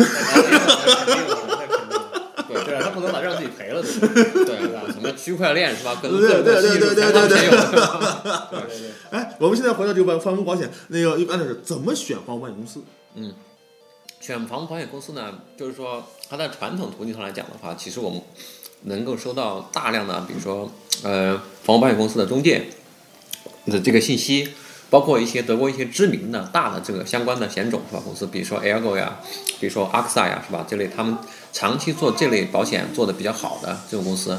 Speaker 5: 对
Speaker 1: 对，他不能老让自己赔了，对
Speaker 5: 对吧？什么区块链是吧？跟
Speaker 2: 对对对对对对对
Speaker 1: 对对
Speaker 2: 哎，我们现在回到这个换屋保险，那个按照是怎么选房屋保险公司？
Speaker 5: 选房保险公司呢，就是说它在传统途径上来讲的话，其实我们能够收到大量的，比如说呃，房屋保险公司的中介的这个信息，包括一些德国一些知名的大的这个相关的险种是吧？公司，比如说 Ergo 呀，比如说 AXA 呀，是吧？这类他们长期做这类保险做的比较好的这种公司，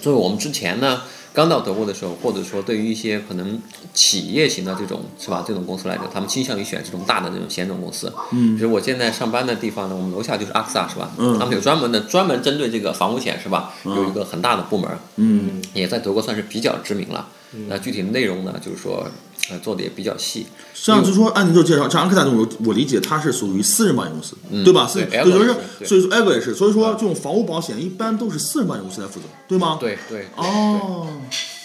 Speaker 5: 作为我们之前呢。刚到德国的时候，或者说对于一些可能企业型的这种是吧，这种公司来讲，他们倾向于选这种大的这种险种公司。比如我现在上班的地方呢，我们楼下就是 AXA 是吧？
Speaker 2: 嗯
Speaker 5: 他们有专门的专门针对这个房屋险是吧？有一个很大的部门，
Speaker 2: 嗯，
Speaker 5: 也在德国算是比较知名了。那具体内容呢，就是说呃做的也比较细，
Speaker 2: 像
Speaker 5: 嗯
Speaker 2: 就说按你这介绍，像安克大这种，我我理解它是属于私人保险公司，对吧？私
Speaker 5: 嗯对
Speaker 2: 人，
Speaker 5: Elgo
Speaker 2: 就是
Speaker 5: 也是对
Speaker 2: 所以说 e v 也是，所以说这种房屋保险一般都是私人保险公司来负责，对吗？。
Speaker 5: 对对对
Speaker 2: 哦，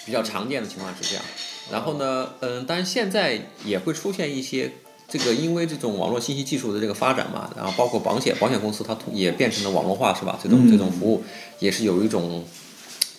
Speaker 5: 比较常见的情况是这样。然后呢，嗯，但是现在也会出现一些这个，因为这种网络信息技术的这个发展嘛，然后包括保险保险公司它通也变成了网络化是吧？这种这种服务也是有一种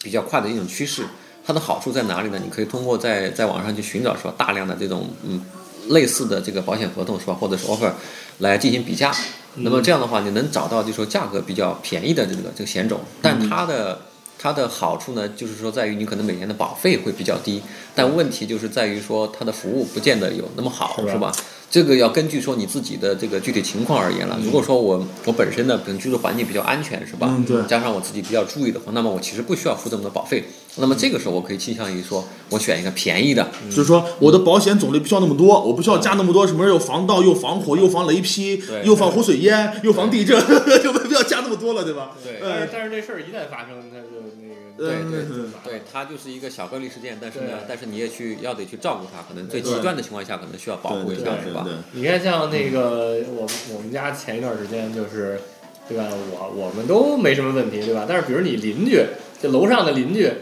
Speaker 5: 比较快的一种趋势。它的好处在哪里呢？你可以通过在在网上去寻找说大量的这种嗯类似的这个保险合同是吧，或者是 offer 来进行比价。
Speaker 1: 嗯
Speaker 5: 那么这样的话，你能找到就是说价格比较便宜的这个这个险种，但
Speaker 1: 嗯
Speaker 5: 它的它的好处呢，就是说在于你可能每年的保费会比较低，但问题就是在于说它的服务不见得有那么好，
Speaker 1: 是吧
Speaker 5: 是吧？这个要根据说你自己的这个具体情况而言了。如果说我我本身的可能居住环境比较安全，是吧？
Speaker 2: 嗯对嗯
Speaker 5: 加上我自己比较注意的话，那么我其实不需要付这么多保费。那么这个时候，我可以倾向于说，我选一个便宜的，
Speaker 2: 就是说我的保险种类不需要那么多，我不需要加那么多什么又防盗又防火又防雷劈
Speaker 5: 对
Speaker 2: 又防洪水淹又防地震， 就不要加那么多呃了，对吧？
Speaker 5: 对
Speaker 1: 但是但是这事儿一旦发生，他就那个
Speaker 5: 对对
Speaker 2: 嗯
Speaker 5: 对，它就是一个小概率事件，但是
Speaker 1: 对
Speaker 5: 呢，但是你也去要得去照顾它，可能最极端的情况下，可能需要保护
Speaker 2: 对
Speaker 5: 一
Speaker 2: 对
Speaker 5: 下，是吧？
Speaker 2: 对，
Speaker 1: 你看，像那个我我们家前一段时间就是，对吧？我我们都没什么问题，对吧？但是比如你邻居，这楼上的邻居，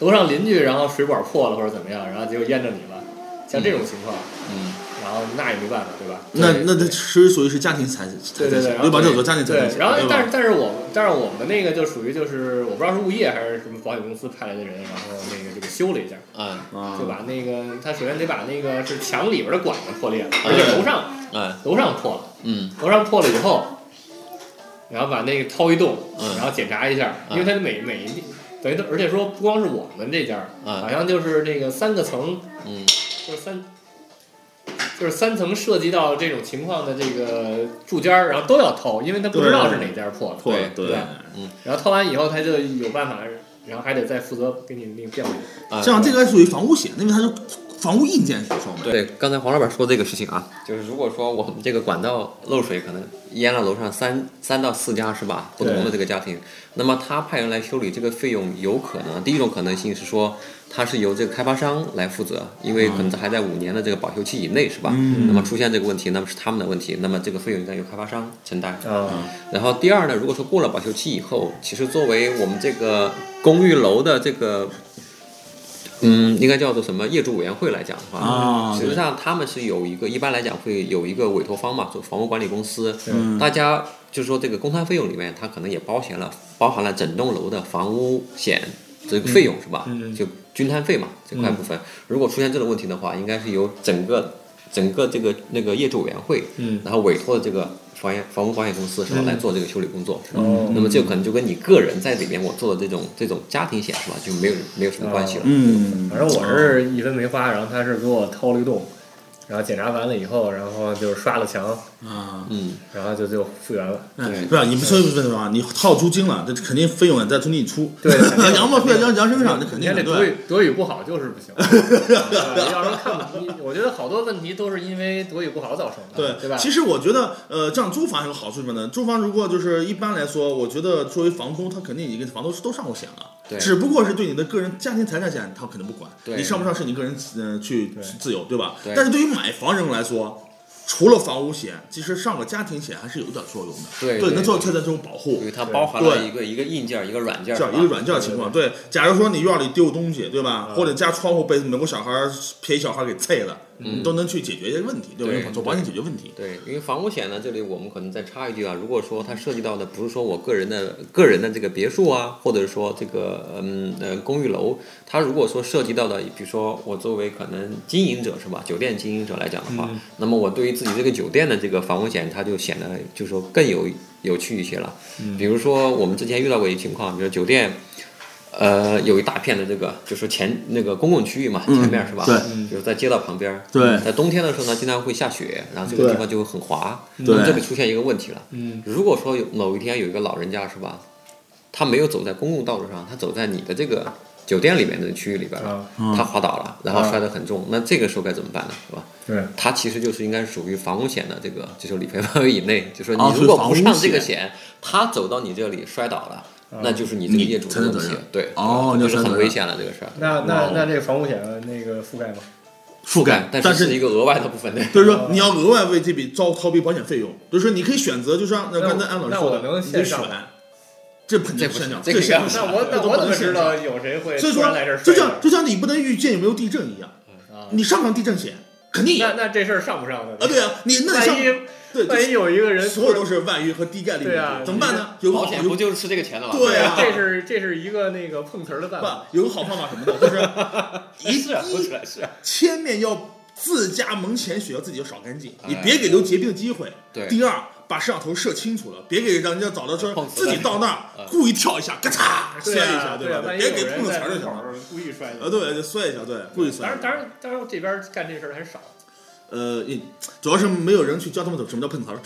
Speaker 1: 楼上邻居，然后水管破了或者怎么样，然后结果淹着你了，像这种情况，
Speaker 5: 嗯，
Speaker 1: 然堂，那也没办法，对吧？
Speaker 2: 那那这是属于是家庭财产，
Speaker 1: 对对对，然后
Speaker 2: 对吧？这有个家庭财
Speaker 1: 对，
Speaker 2: 产，
Speaker 1: 然后
Speaker 2: 对
Speaker 1: 但是
Speaker 2: 吧？
Speaker 1: 但是我但是我们的那个就属于就是我不知道是物业还是什么保险公司派来的人，然后那个这个修了一下，
Speaker 5: 哎
Speaker 2: 啊
Speaker 1: 就，把那个他首先得把那个是墙里边的管子破裂了，而
Speaker 5: 哎
Speaker 1: 且楼上
Speaker 2: 啊
Speaker 5: 哎，
Speaker 1: 楼上破了，
Speaker 5: 嗯
Speaker 1: 楼上破了以后，然后把那个掏一洞，
Speaker 5: 嗯
Speaker 1: 然后检查一下，
Speaker 5: 嗯
Speaker 1: 因为它每每一等于它而且说不光是我们这家，
Speaker 5: 嗯
Speaker 1: 好像就是这个三个层，
Speaker 5: 嗯
Speaker 1: 就是三。就是三层涉及到这种情况的这个住家儿，然后都要掏，因为他不知道是哪家儿破了。
Speaker 2: 破了，
Speaker 1: 对
Speaker 2: 对
Speaker 1: 吧。然后掏完以后，他就有办法，然后还得再负责给你那个调理。
Speaker 5: 哎
Speaker 2: 这样这个属于房屋险，因为它是房屋硬件属上的，
Speaker 5: 对，刚才黄老板说这个事情啊，就是如果说我们这个管道漏水可能淹了楼上三三到四家是吧？不同的这个家庭，那么他派人来修理这个费用，有可能第一种可能性是说，它是由这个开发商来负责，因为可能还在五年的这个保修期以内是吧？
Speaker 2: 嗯
Speaker 5: 那么出现这个问题，那么是他们的问题，那么这个费用应该由开发商承担。
Speaker 1: 啊，
Speaker 5: 然后第二呢，如果说过了保修期以后，其实作为我们这个公寓楼的这个，嗯，应该叫做什么业主委员会来讲的话，
Speaker 2: 啊
Speaker 5: 实际上他们是有一个，一般来讲会有一个委托方嘛，就房屋管理公司，
Speaker 2: 嗯
Speaker 5: 大家就是说这个公摊费用里面，它可能也包含了包含了整栋楼的房屋险这个费用、是吧？
Speaker 1: 嗯嗯嗯
Speaker 5: 就均摊费嘛这块部分，如果出现这种问题的话，应该是由整个整个这个那个业主委员会，
Speaker 1: 嗯
Speaker 5: 然后委托这个房险房屋保险公司是吧、
Speaker 1: 嗯
Speaker 5: 来做这个修理工作，是吧？
Speaker 1: 哦
Speaker 5: 那么这可能就跟你个人在里面我做的这种这种家庭险是吧，就没有没有什么关系了。
Speaker 1: 哦
Speaker 2: 嗯，
Speaker 1: 反正我是一分没花，然后他是给我掏了一个洞，然后检查完了以后，然后就是刷了墙，
Speaker 2: 啊，
Speaker 5: 嗯，
Speaker 1: 然后就就复原了。
Speaker 5: 对
Speaker 2: 对吧？你们说不是吧？你套租金了，这肯定费用也在从你出，
Speaker 1: 对
Speaker 2: 羊毛出在羊羊身上，这肯
Speaker 1: 你
Speaker 2: 定
Speaker 1: 看
Speaker 2: 的，
Speaker 1: 这德
Speaker 2: 对
Speaker 1: 语
Speaker 2: 吧。
Speaker 1: 德语不好就是 不行，对要是看不，你我觉得好多问题都是因为德语不好造成的，对吧？
Speaker 2: 其实我觉得，呃，这样租房有个好处是什么呢？租房如果就是一般来说，我觉得作为房东，他肯定已经跟房东都上过险了，
Speaker 5: 对
Speaker 2: 只不过是对你的个人家庭财产险，他可能不管，
Speaker 5: 对
Speaker 2: 你上不上是你个人呃去
Speaker 1: 对
Speaker 2: 自由，对吧？
Speaker 5: 对
Speaker 2: 但是对于买房人来说，除了房屋险，其实上个家庭险还是有点作用的，
Speaker 5: 对
Speaker 2: 对，
Speaker 5: 对
Speaker 2: 能做做这种保护，
Speaker 5: 因为它包含了
Speaker 2: 对
Speaker 5: 一个一个硬件儿一个软件儿，
Speaker 2: 叫
Speaker 5: 是
Speaker 2: 一
Speaker 5: 吧
Speaker 2: 个软件的情况。对，假如说你院里丢东西，对吧？
Speaker 5: 嗯
Speaker 2: 或者家窗户被美国小孩儿、便宜小孩儿给碎了，你都能去解决一些问题，对吧？
Speaker 5: 嗯对
Speaker 2: 用走保险解决问题。
Speaker 5: 对，因为房屋险呢，这里我们可能再插一句啊，如果说它涉及到的不是说我个人的个人的这个别墅啊，或者是说这个嗯呃公寓楼，它如果说涉及到的，比如说我作为可能经营者是吧，酒店经营者来讲的话，
Speaker 2: 嗯
Speaker 5: 那么我对于自己这个酒店的这个房屋险，它就显得就是说更有有趣一些了。
Speaker 2: 嗯
Speaker 5: 比如说我们之前遇到过一个情况，比如酒店。呃，有一大片的这个，就是前那个公共区域嘛，前面是吧？
Speaker 2: 嗯对，
Speaker 5: 就是在街道旁边。
Speaker 2: 对
Speaker 5: 在冬天的时候呢，经常会下雪，然后这个
Speaker 2: 对
Speaker 5: 地方就会很滑。
Speaker 2: 对
Speaker 5: 那么这里出现一个问题了，
Speaker 1: 嗯，
Speaker 5: 如果说有某一天有一个老人家是吧，他没有走在公共道路上，他走在你的这个酒店里面的区域里边了，
Speaker 1: 啊，
Speaker 2: 嗯
Speaker 5: 他滑倒了，然后摔得很重，那这个时候该怎么办呢？是吧？
Speaker 1: 对，
Speaker 5: 它其实就是应该属于房屋险的这个就是理赔范围以内，就说
Speaker 2: 哦
Speaker 5: 你如果不
Speaker 2: 是
Speaker 5: 上
Speaker 2: 房屋
Speaker 5: 这个
Speaker 2: 险
Speaker 5: 险，他走到你这里摔倒了，
Speaker 1: 啊
Speaker 5: 那就是你这个
Speaker 2: 你
Speaker 5: 业主的
Speaker 2: 承担
Speaker 5: 问
Speaker 2: 责
Speaker 5: 题
Speaker 2: 任，
Speaker 5: 对，
Speaker 2: 哦
Speaker 5: 对吧
Speaker 2: 你要
Speaker 5: 这就是
Speaker 2: 承担
Speaker 5: 很
Speaker 2: 责
Speaker 5: 危
Speaker 2: 任
Speaker 5: 险了这个事儿。
Speaker 1: 那
Speaker 2: 哇
Speaker 1: 那
Speaker 2: 哦
Speaker 1: 那这个房屋险那个覆盖吗？
Speaker 2: 覆
Speaker 5: 但
Speaker 2: 但
Speaker 5: 是是
Speaker 2: 是
Speaker 5: 一个额外的部分的。
Speaker 2: 就是说你要额外为这笔招掏笔保险费用，就是说你可以选择，就像那
Speaker 1: 那
Speaker 2: 刚才安老师
Speaker 1: 那
Speaker 2: 说
Speaker 1: 我
Speaker 2: 的，
Speaker 1: 能
Speaker 2: 你就
Speaker 1: 线
Speaker 2: 选
Speaker 1: 上，
Speaker 2: 这肯定
Speaker 5: 这不
Speaker 2: 线
Speaker 5: 行
Speaker 2: 上，
Speaker 5: 这
Speaker 2: 个
Speaker 5: 个
Speaker 2: 线
Speaker 5: 不
Speaker 2: 上
Speaker 5: 行
Speaker 1: 那我那
Speaker 2: 都
Speaker 1: 我
Speaker 2: 不
Speaker 1: 怎
Speaker 2: 能
Speaker 1: 么
Speaker 2: 线
Speaker 1: 知
Speaker 2: 上
Speaker 1: 道有谁会
Speaker 2: 所以
Speaker 1: 突
Speaker 2: 说
Speaker 1: 然来这儿，
Speaker 2: 就
Speaker 1: 摔
Speaker 2: 像
Speaker 1: 着？
Speaker 2: 就像你不能预见有没有地震一样，
Speaker 1: 啊
Speaker 2: 你上不上地震险肯定有
Speaker 1: 那
Speaker 2: 啊，
Speaker 1: 那这事儿上不上呢？
Speaker 2: 对啊，你那得
Speaker 1: 万
Speaker 2: 上
Speaker 1: 一
Speaker 2: 对，
Speaker 1: 万一
Speaker 2: 就
Speaker 1: 有一个人
Speaker 2: 是所有都是外遇和低概率
Speaker 1: 对啊
Speaker 2: 问题，怎么办呢？有个
Speaker 5: 保
Speaker 2: 好
Speaker 5: 险
Speaker 2: 有
Speaker 5: 不就是吃这个钱的吗？
Speaker 2: 对啊
Speaker 1: 这是这是一个那个碰瓷儿的办法。
Speaker 2: 不，有个好方法什么的，就是 一
Speaker 5: 是啊，说起来是啊。
Speaker 2: 千面要自家门前雪要自己要扫干净，你
Speaker 5: 哎
Speaker 2: 别给留结冰的机会。
Speaker 5: 对
Speaker 2: 第二，把摄像头设清楚了，别给让人家找到说
Speaker 5: 碰瓷
Speaker 2: 自
Speaker 5: 的
Speaker 2: 己到那儿
Speaker 5: 嗯
Speaker 2: 故意跳一下，嘎嚓摔
Speaker 1: 对啊
Speaker 2: 一下，
Speaker 1: 对
Speaker 2: 吧
Speaker 1: 啊？万一
Speaker 2: 别
Speaker 1: 有
Speaker 2: 给
Speaker 1: 人
Speaker 2: 碰瓷
Speaker 1: 在
Speaker 2: 儿就
Speaker 1: 门
Speaker 2: 行
Speaker 1: 口
Speaker 2: 了。
Speaker 1: 儿故意摔
Speaker 2: 呃，
Speaker 1: 的。
Speaker 2: 对，就摔一下，对，故意
Speaker 1: 当
Speaker 2: 摔
Speaker 1: 然，。当然，当然，这边儿干这事儿还少。
Speaker 2: 呃，也主要是没有人去教他们怎么什么叫碰瓷儿。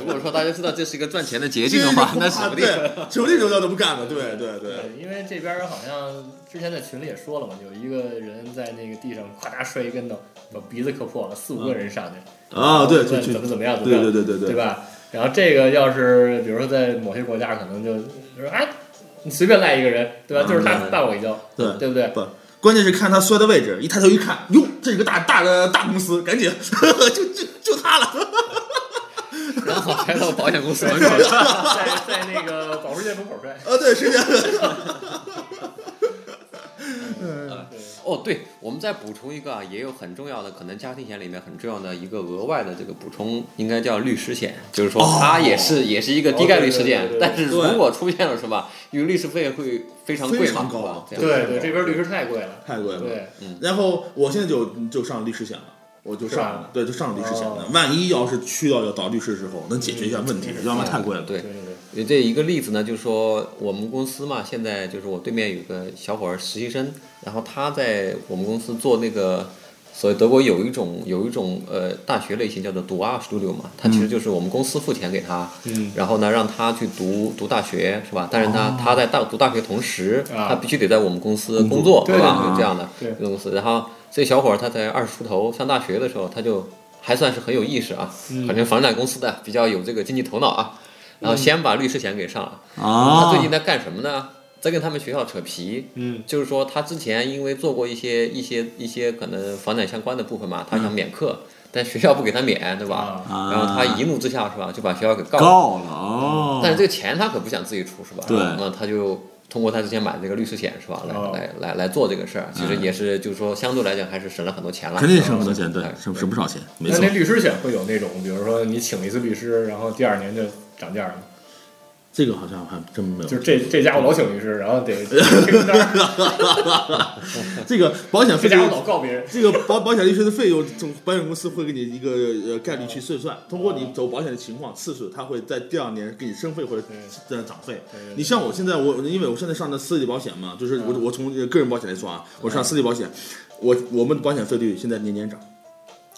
Speaker 5: 如果说大家知道这是一个赚钱的捷
Speaker 2: 这
Speaker 5: 径的话，
Speaker 2: 恐
Speaker 5: 那
Speaker 2: 怕
Speaker 5: 舍不
Speaker 2: 对
Speaker 5: 得。，
Speaker 2: 舍不得人家都不干了。对对对，
Speaker 1: 对，因为这边儿好像之前在群里也说了嘛，有一个人在那个地上咔嗒摔一跟头，把鼻子磕破了，四五个人上去，
Speaker 2: 啊，对，去
Speaker 1: 问
Speaker 2: 去，
Speaker 1: 怎么怎么样，怎么
Speaker 2: 对
Speaker 1: 样，
Speaker 2: 对
Speaker 1: 对
Speaker 2: 对对对，
Speaker 1: 吧？然后这个要是比如说在某些国家，可能就说哎，你随便赖一个人，对吧？就是他
Speaker 5: 嗯
Speaker 1: 绊我一跤，
Speaker 2: 对
Speaker 1: 对不对？
Speaker 2: 不，关键是看他摔的位置，一抬头一看，哟，这是个大大的大公司，赶紧 就就就他了。
Speaker 5: 然后开到保险公司门口。
Speaker 1: 在在那个 保时捷门口摔，
Speaker 2: 啊，对，是这样的。
Speaker 1: 对
Speaker 5: 哦，对，我们再补充一个啊，也有很重要的，可能家庭险里面很重要的一个额外的这个补充，应该叫律师险，就是说它也是、也是一个低概率事件，
Speaker 1: 哦对对对对
Speaker 5: 但是
Speaker 2: 哦对
Speaker 5: 如果出现了什么，因为律师费会非常贵
Speaker 2: 非
Speaker 5: 嘛，
Speaker 2: 常高
Speaker 5: 是吧？这样
Speaker 1: 对对，这边律师太贵了，
Speaker 2: 太贵了。
Speaker 1: 对，
Speaker 2: 然后我现在就就上律师险了。我就是
Speaker 1: 吧
Speaker 2: 上了，对，就上了律师险了
Speaker 1: 哦。
Speaker 2: 万一要是去到要找律师之后，能解决一下问题，要不然太贵了。
Speaker 5: 对
Speaker 1: 对对对，
Speaker 5: 有这一个例子呢，就是说我们公司嘛，现在就是我对面有个小伙儿实习生，然后他在我们公司做那个，所以德国有一种有一种呃大学类型叫做读啊 studio 嘛，他其实就是我们公司付钱给他，
Speaker 1: 嗯
Speaker 5: 然后呢让他去读读大学是吧？但是他、他在大读大学同时，
Speaker 1: 啊
Speaker 5: 他必须得在我们公司工作
Speaker 1: 对
Speaker 5: 是吧？
Speaker 1: 对
Speaker 5: 有这样的
Speaker 1: 对
Speaker 5: 一个公司，然后这小伙儿他才二十出头，上大学的时候他就还算是很有意识啊，
Speaker 1: 嗯
Speaker 5: 反正房地产公司的比较有这个经济头脑啊。然后先把律师钱给上了。
Speaker 2: 啊
Speaker 1: 哦
Speaker 5: 他最近在干什么呢？在跟他们学校扯皮，
Speaker 1: 嗯，
Speaker 5: 就是说他之前因为做过一些一些一些可能房产相关的部分嘛，他想免课，但学校不给他免，对吧？
Speaker 1: 嗯啊
Speaker 5: 然后他一怒之下是吧，就把学校给告了。
Speaker 6: 告了哦，
Speaker 5: 但是这个钱他可不想自己出是吧？
Speaker 6: 对
Speaker 5: 那他就通过他之前买的这个律师险是吧，来、
Speaker 1: 哦
Speaker 5: 来来来做这个事儿，其实也是就是说相对来讲还是省了很多钱了。
Speaker 2: 嗯肯定省很多钱，对
Speaker 5: 哎，
Speaker 2: 省省不少钱，没
Speaker 1: 那
Speaker 2: 错
Speaker 1: 那。律师险会有那种，比如说你请了一次律师，然后第二年就涨价了吗，
Speaker 2: 这个好像还真没有
Speaker 1: 就。是这这家伙老请律师，然后 得听单儿，
Speaker 2: 这个保险
Speaker 1: 这
Speaker 2: 费
Speaker 1: 家
Speaker 2: 用
Speaker 1: 伙老告别人，
Speaker 2: 这个保保险律师的费用，总保险公司会给你一个呃概率去测算，通过你走保险的情况次数，他会在第二年给你升费或者
Speaker 1: 对
Speaker 2: 这样涨费
Speaker 1: 对对对。
Speaker 2: 你像我现在我因为我现在上的私立保险嘛，就是我
Speaker 5: 嗯
Speaker 2: 我从个人保险来说啊，我上私立保险，我我们保险费率现在年年涨，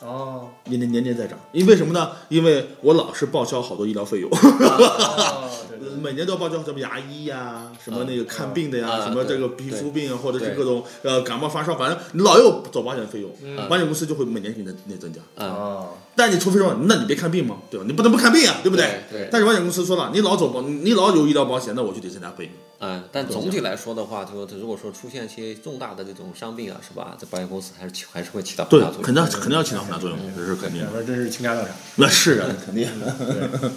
Speaker 1: 哦，
Speaker 2: 年年年年在涨，因为什么呢？因为我老是报销好多医疗费用。
Speaker 1: 哦对对
Speaker 5: 嗯
Speaker 1: 对
Speaker 2: 每年都要报销什么牙医呀、什么那个看病的呀、
Speaker 5: 啊
Speaker 2: 什么这
Speaker 5: 对
Speaker 2: 个皮肤病啊，或者是
Speaker 5: 对
Speaker 2: 各种呃感冒发烧，反正你老有走保险费用，
Speaker 1: 嗯
Speaker 2: 保险公司就会每年给你给你增加。
Speaker 5: 啊，
Speaker 1: 哦，
Speaker 2: 但你除非说，那你别看病嘛，对吧？你不能不看病啊，对不
Speaker 5: 对对
Speaker 2: 但是保险公司说了，你老走保，你老有医疗保险，那我就得增加费用。
Speaker 5: 嗯，但总体来说的话，就是如果说出现一些重大的这种伤病啊，是吧？这保险公司还是起还是会起到很大作用。
Speaker 2: 肯定肯定要起到很大作用，这是肯定
Speaker 1: 两
Speaker 2: 的。
Speaker 1: 边真是倾家 荡产。
Speaker 2: 那是啊，肯定。
Speaker 1: 对，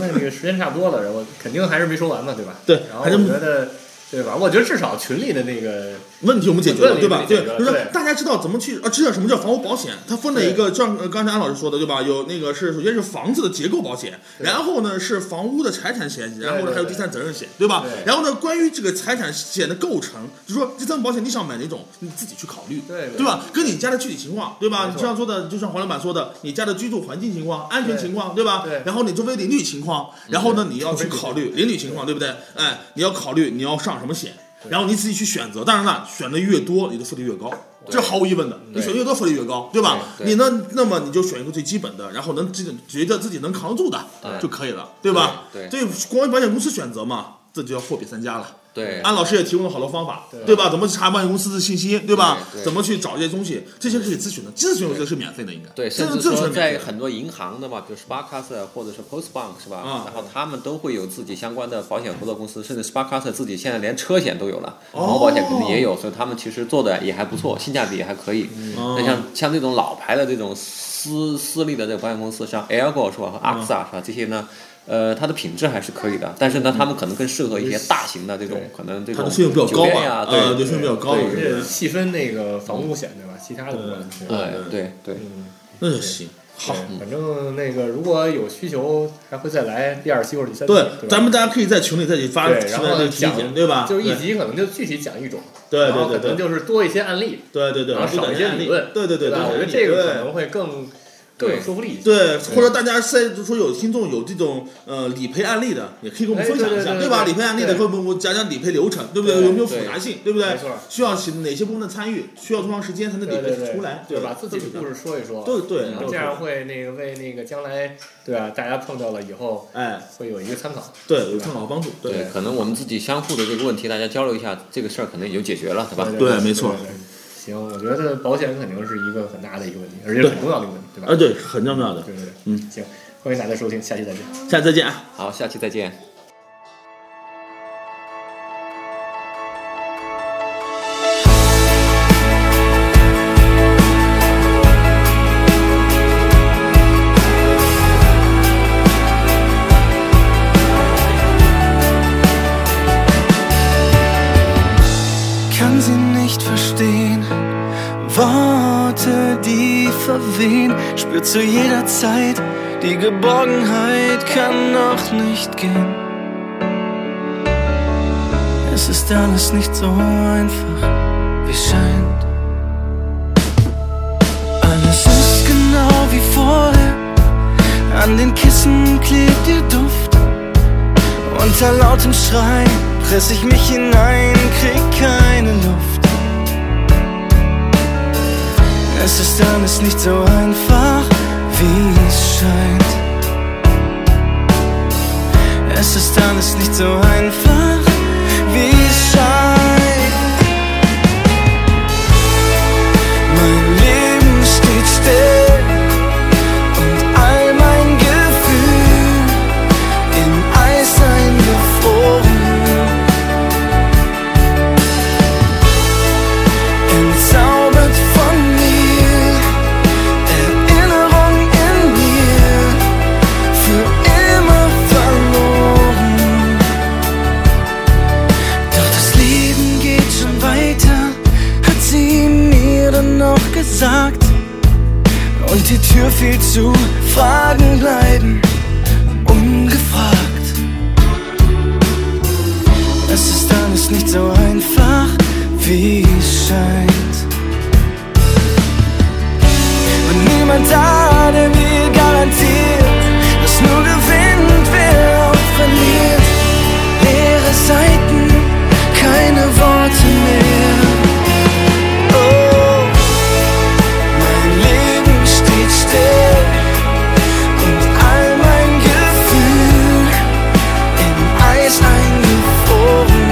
Speaker 1: 那这个时间差不多了，然后肯定还是没说完嘛，对吧？
Speaker 2: 对
Speaker 1: 然后我
Speaker 2: 还是
Speaker 1: 觉得，对吧？我觉得至少群里的那个，
Speaker 2: 问题我们解决
Speaker 1: 问
Speaker 2: 了，
Speaker 1: 题
Speaker 2: 对吧？
Speaker 1: 解
Speaker 2: 对
Speaker 1: 决了，
Speaker 2: 就是
Speaker 1: 对
Speaker 2: 大家知道怎么去啊，知道什么叫房屋保险，它分了一个，就像呃刚才安老师说的，对吧？有那个是首先是房子的结构保险，然后呢是房屋的财产险，然后
Speaker 1: 对
Speaker 2: 呢还有
Speaker 1: 对
Speaker 2: 第三责任险，对吧
Speaker 1: 对？
Speaker 2: 然后呢，关于这个财产险的构成，就说第三保险你想买哪种，你自己去考虑，
Speaker 1: 对对
Speaker 2: 对吧？跟你家的具体情况，对吧？
Speaker 1: 没错
Speaker 2: 你就像说的，就像黄老板说的，你家的居住环境情况、安全
Speaker 1: 对
Speaker 2: 情况，对吧
Speaker 1: 对？
Speaker 2: 然后你周围邻里情
Speaker 5: 嗯
Speaker 2: 况，然后呢你要去
Speaker 1: 周围邻居
Speaker 2: 考虑。考虑邻里情况，对不对？哎，你要考虑你要上什么险，然后你自己去选择。当然了，选的越多，你的复利越高，这毫无疑问的。你选越多，复利越高，对吧？
Speaker 5: 对对
Speaker 2: 你呢？那么你就选一个最基本的，然后能自己觉得自己能扛住的
Speaker 5: 对
Speaker 2: 就可以了，对吧？
Speaker 5: 对
Speaker 2: 这关于保险公司选择嘛。这就叫货比三家了。
Speaker 5: 对
Speaker 2: 安老师也提供了好多方法，
Speaker 1: 对
Speaker 2: 对吧？怎么查保险公司的信息，对吧？
Speaker 5: 对对
Speaker 2: 怎么去找这些东西？这些可以咨询的，咨询我觉得是免费的，应该
Speaker 5: 对，
Speaker 2: 这
Speaker 5: 甚至
Speaker 2: 这是
Speaker 5: 说
Speaker 2: 免费
Speaker 5: 在
Speaker 2: 的
Speaker 5: 很多银行的嘛，比如 Sparkasse 或者是 Postbank 是吧？
Speaker 2: 啊
Speaker 5: 然后他们都会有自己相关的保险合作公司，甚至 Sparkasse 自己现在连车险都有了，
Speaker 2: 哦
Speaker 5: 然后保险肯定也有，所以他们其实做的也还不错，性价比也还可以。
Speaker 2: 嗯
Speaker 5: 那像像这种老牌的这种私私立的这个保险公司，像 a i r g o 是吧和
Speaker 2: 啊
Speaker 5: AXA 是吧这些呢？呃，它的品质还是可以的，但是呢，他们可能更适合一些大型的这种，可能这
Speaker 2: 嗯它
Speaker 5: 种
Speaker 2: 的费用比较
Speaker 5: 酒
Speaker 2: 高
Speaker 5: 店
Speaker 2: 嘛
Speaker 5: 呀，，
Speaker 2: 呃，
Speaker 5: 对
Speaker 2: 对，费用比较高嘛，
Speaker 5: 对
Speaker 1: 而
Speaker 2: 对
Speaker 1: 且细分那个房屋险对吧？其他的部分，
Speaker 2: 嗯
Speaker 1: 对吧
Speaker 5: 哎对对，
Speaker 2: 那就行。
Speaker 1: 好，反正那个如果有需求，还会再来第二期或者第三期，
Speaker 2: 对
Speaker 1: 对吧，
Speaker 2: 咱们大家可以在群里再去发
Speaker 1: 对，
Speaker 2: 提
Speaker 1: 然
Speaker 2: 出来
Speaker 1: 后
Speaker 2: 这个提
Speaker 1: 讲
Speaker 2: 点，对吧？
Speaker 1: 就是一集可能就具体讲一种，
Speaker 2: 对，对
Speaker 1: 然后
Speaker 2: 对
Speaker 1: 可
Speaker 2: 对
Speaker 1: 能
Speaker 2: 对，
Speaker 1: 就是多一些案例，
Speaker 2: 对对对，
Speaker 1: 然后
Speaker 2: 不
Speaker 1: 少
Speaker 2: 等
Speaker 1: 一
Speaker 2: 于
Speaker 1: 些
Speaker 2: 案例
Speaker 1: 理论，
Speaker 2: 对对对，
Speaker 1: 吧？
Speaker 2: 对
Speaker 1: 我觉得
Speaker 2: 对
Speaker 1: 这个可
Speaker 2: 对
Speaker 1: 能会更更有说服力一些。
Speaker 2: 对，或者大家在就说有听众有这种呃理赔案例的，也可以跟我们
Speaker 1: 哎
Speaker 2: 分享
Speaker 1: 对
Speaker 2: 一下，
Speaker 1: 对对
Speaker 2: 吧？
Speaker 1: 对
Speaker 2: 理赔案例的，
Speaker 1: 对
Speaker 2: 会不会讲讲理赔流程，对不对？
Speaker 1: 对
Speaker 2: 有没有复
Speaker 5: 对
Speaker 2: 杂性，对不对
Speaker 1: 没错？
Speaker 2: 需要哪些部分的参与？需要多长时间才能理
Speaker 1: 对对对，
Speaker 2: 赔出来？
Speaker 1: 对
Speaker 2: 对
Speaker 1: 把自己的故
Speaker 2: 事，
Speaker 1: 事说一说，
Speaker 2: 对对
Speaker 1: 然后这样会那个为那个将来对吧、大家碰到了以后
Speaker 2: 哎，
Speaker 1: 会有一个参考。
Speaker 2: 对，有参考帮助，
Speaker 5: 对，可能我们自己相互的这个问题，大家交流一下，这个事儿可能也就解决了，对吧？
Speaker 2: 对没错
Speaker 1: 对对行，我觉得保险肯定是一个很大的一个问题，而且很重要的一个问题，对吧？
Speaker 2: 啊，对，很重要的。
Speaker 1: 对对对，
Speaker 2: 嗯，
Speaker 1: 行，欢迎大家收听，下期再见。
Speaker 2: 下次再见啊。
Speaker 5: 好，下期再见。
Speaker 4: Kann sie nicht verstehen,
Speaker 6: Worte, die verwehen, spürt zu jeder Zeit, die Geborgenheit kann noch nicht gehen. Es ist alles nicht so einfach, wie scheint. Alles ist genau wie vorher, an den Kissen klebt ihr Duft. Unter lautem Schrei press ich mich hinein, krieg keine Luft. Es ist alles nicht so einfach, wie es scheint. Es ist alles nicht so einfach, wie es scheint. Mein Leben steht still und all mein Gefühl in Eis eingefroren. Entzaubert von mir, Erinnerung in mir, für immer verloren. Doch das Leben geht schon weiter, hat sie mir dann noch gesagt. Und die Tür fiel zu, Fragen bleiben ungefragt. Es ist alles nicht so einfach, wie es scheint. Und niemand da, der mir garantiert, dass nur gewinnt, wer auch verliert. Leere Seiten, keine Worte mehr. Oh, mein Leben steht still. Und all mein Gefühl in Eis eingefroren.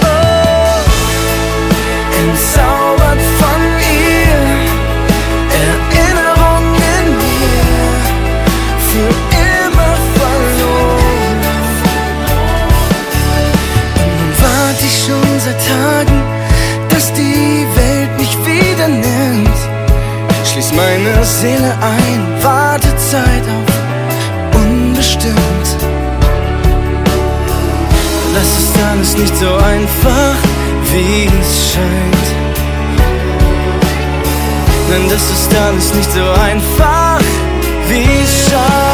Speaker 6: Oh, entzaubert von ihr, Erinnerung in mir, für immer verloren. Und nun warte ich schon seit Tagen, dass die Welt mich wieder nimmt. Schließ meine Seele ein, Wartezeit auf unbestimmt. Das ist alles nicht so einfach, wie es scheint. Denn das ist alles nicht so einfach, wie es scheint.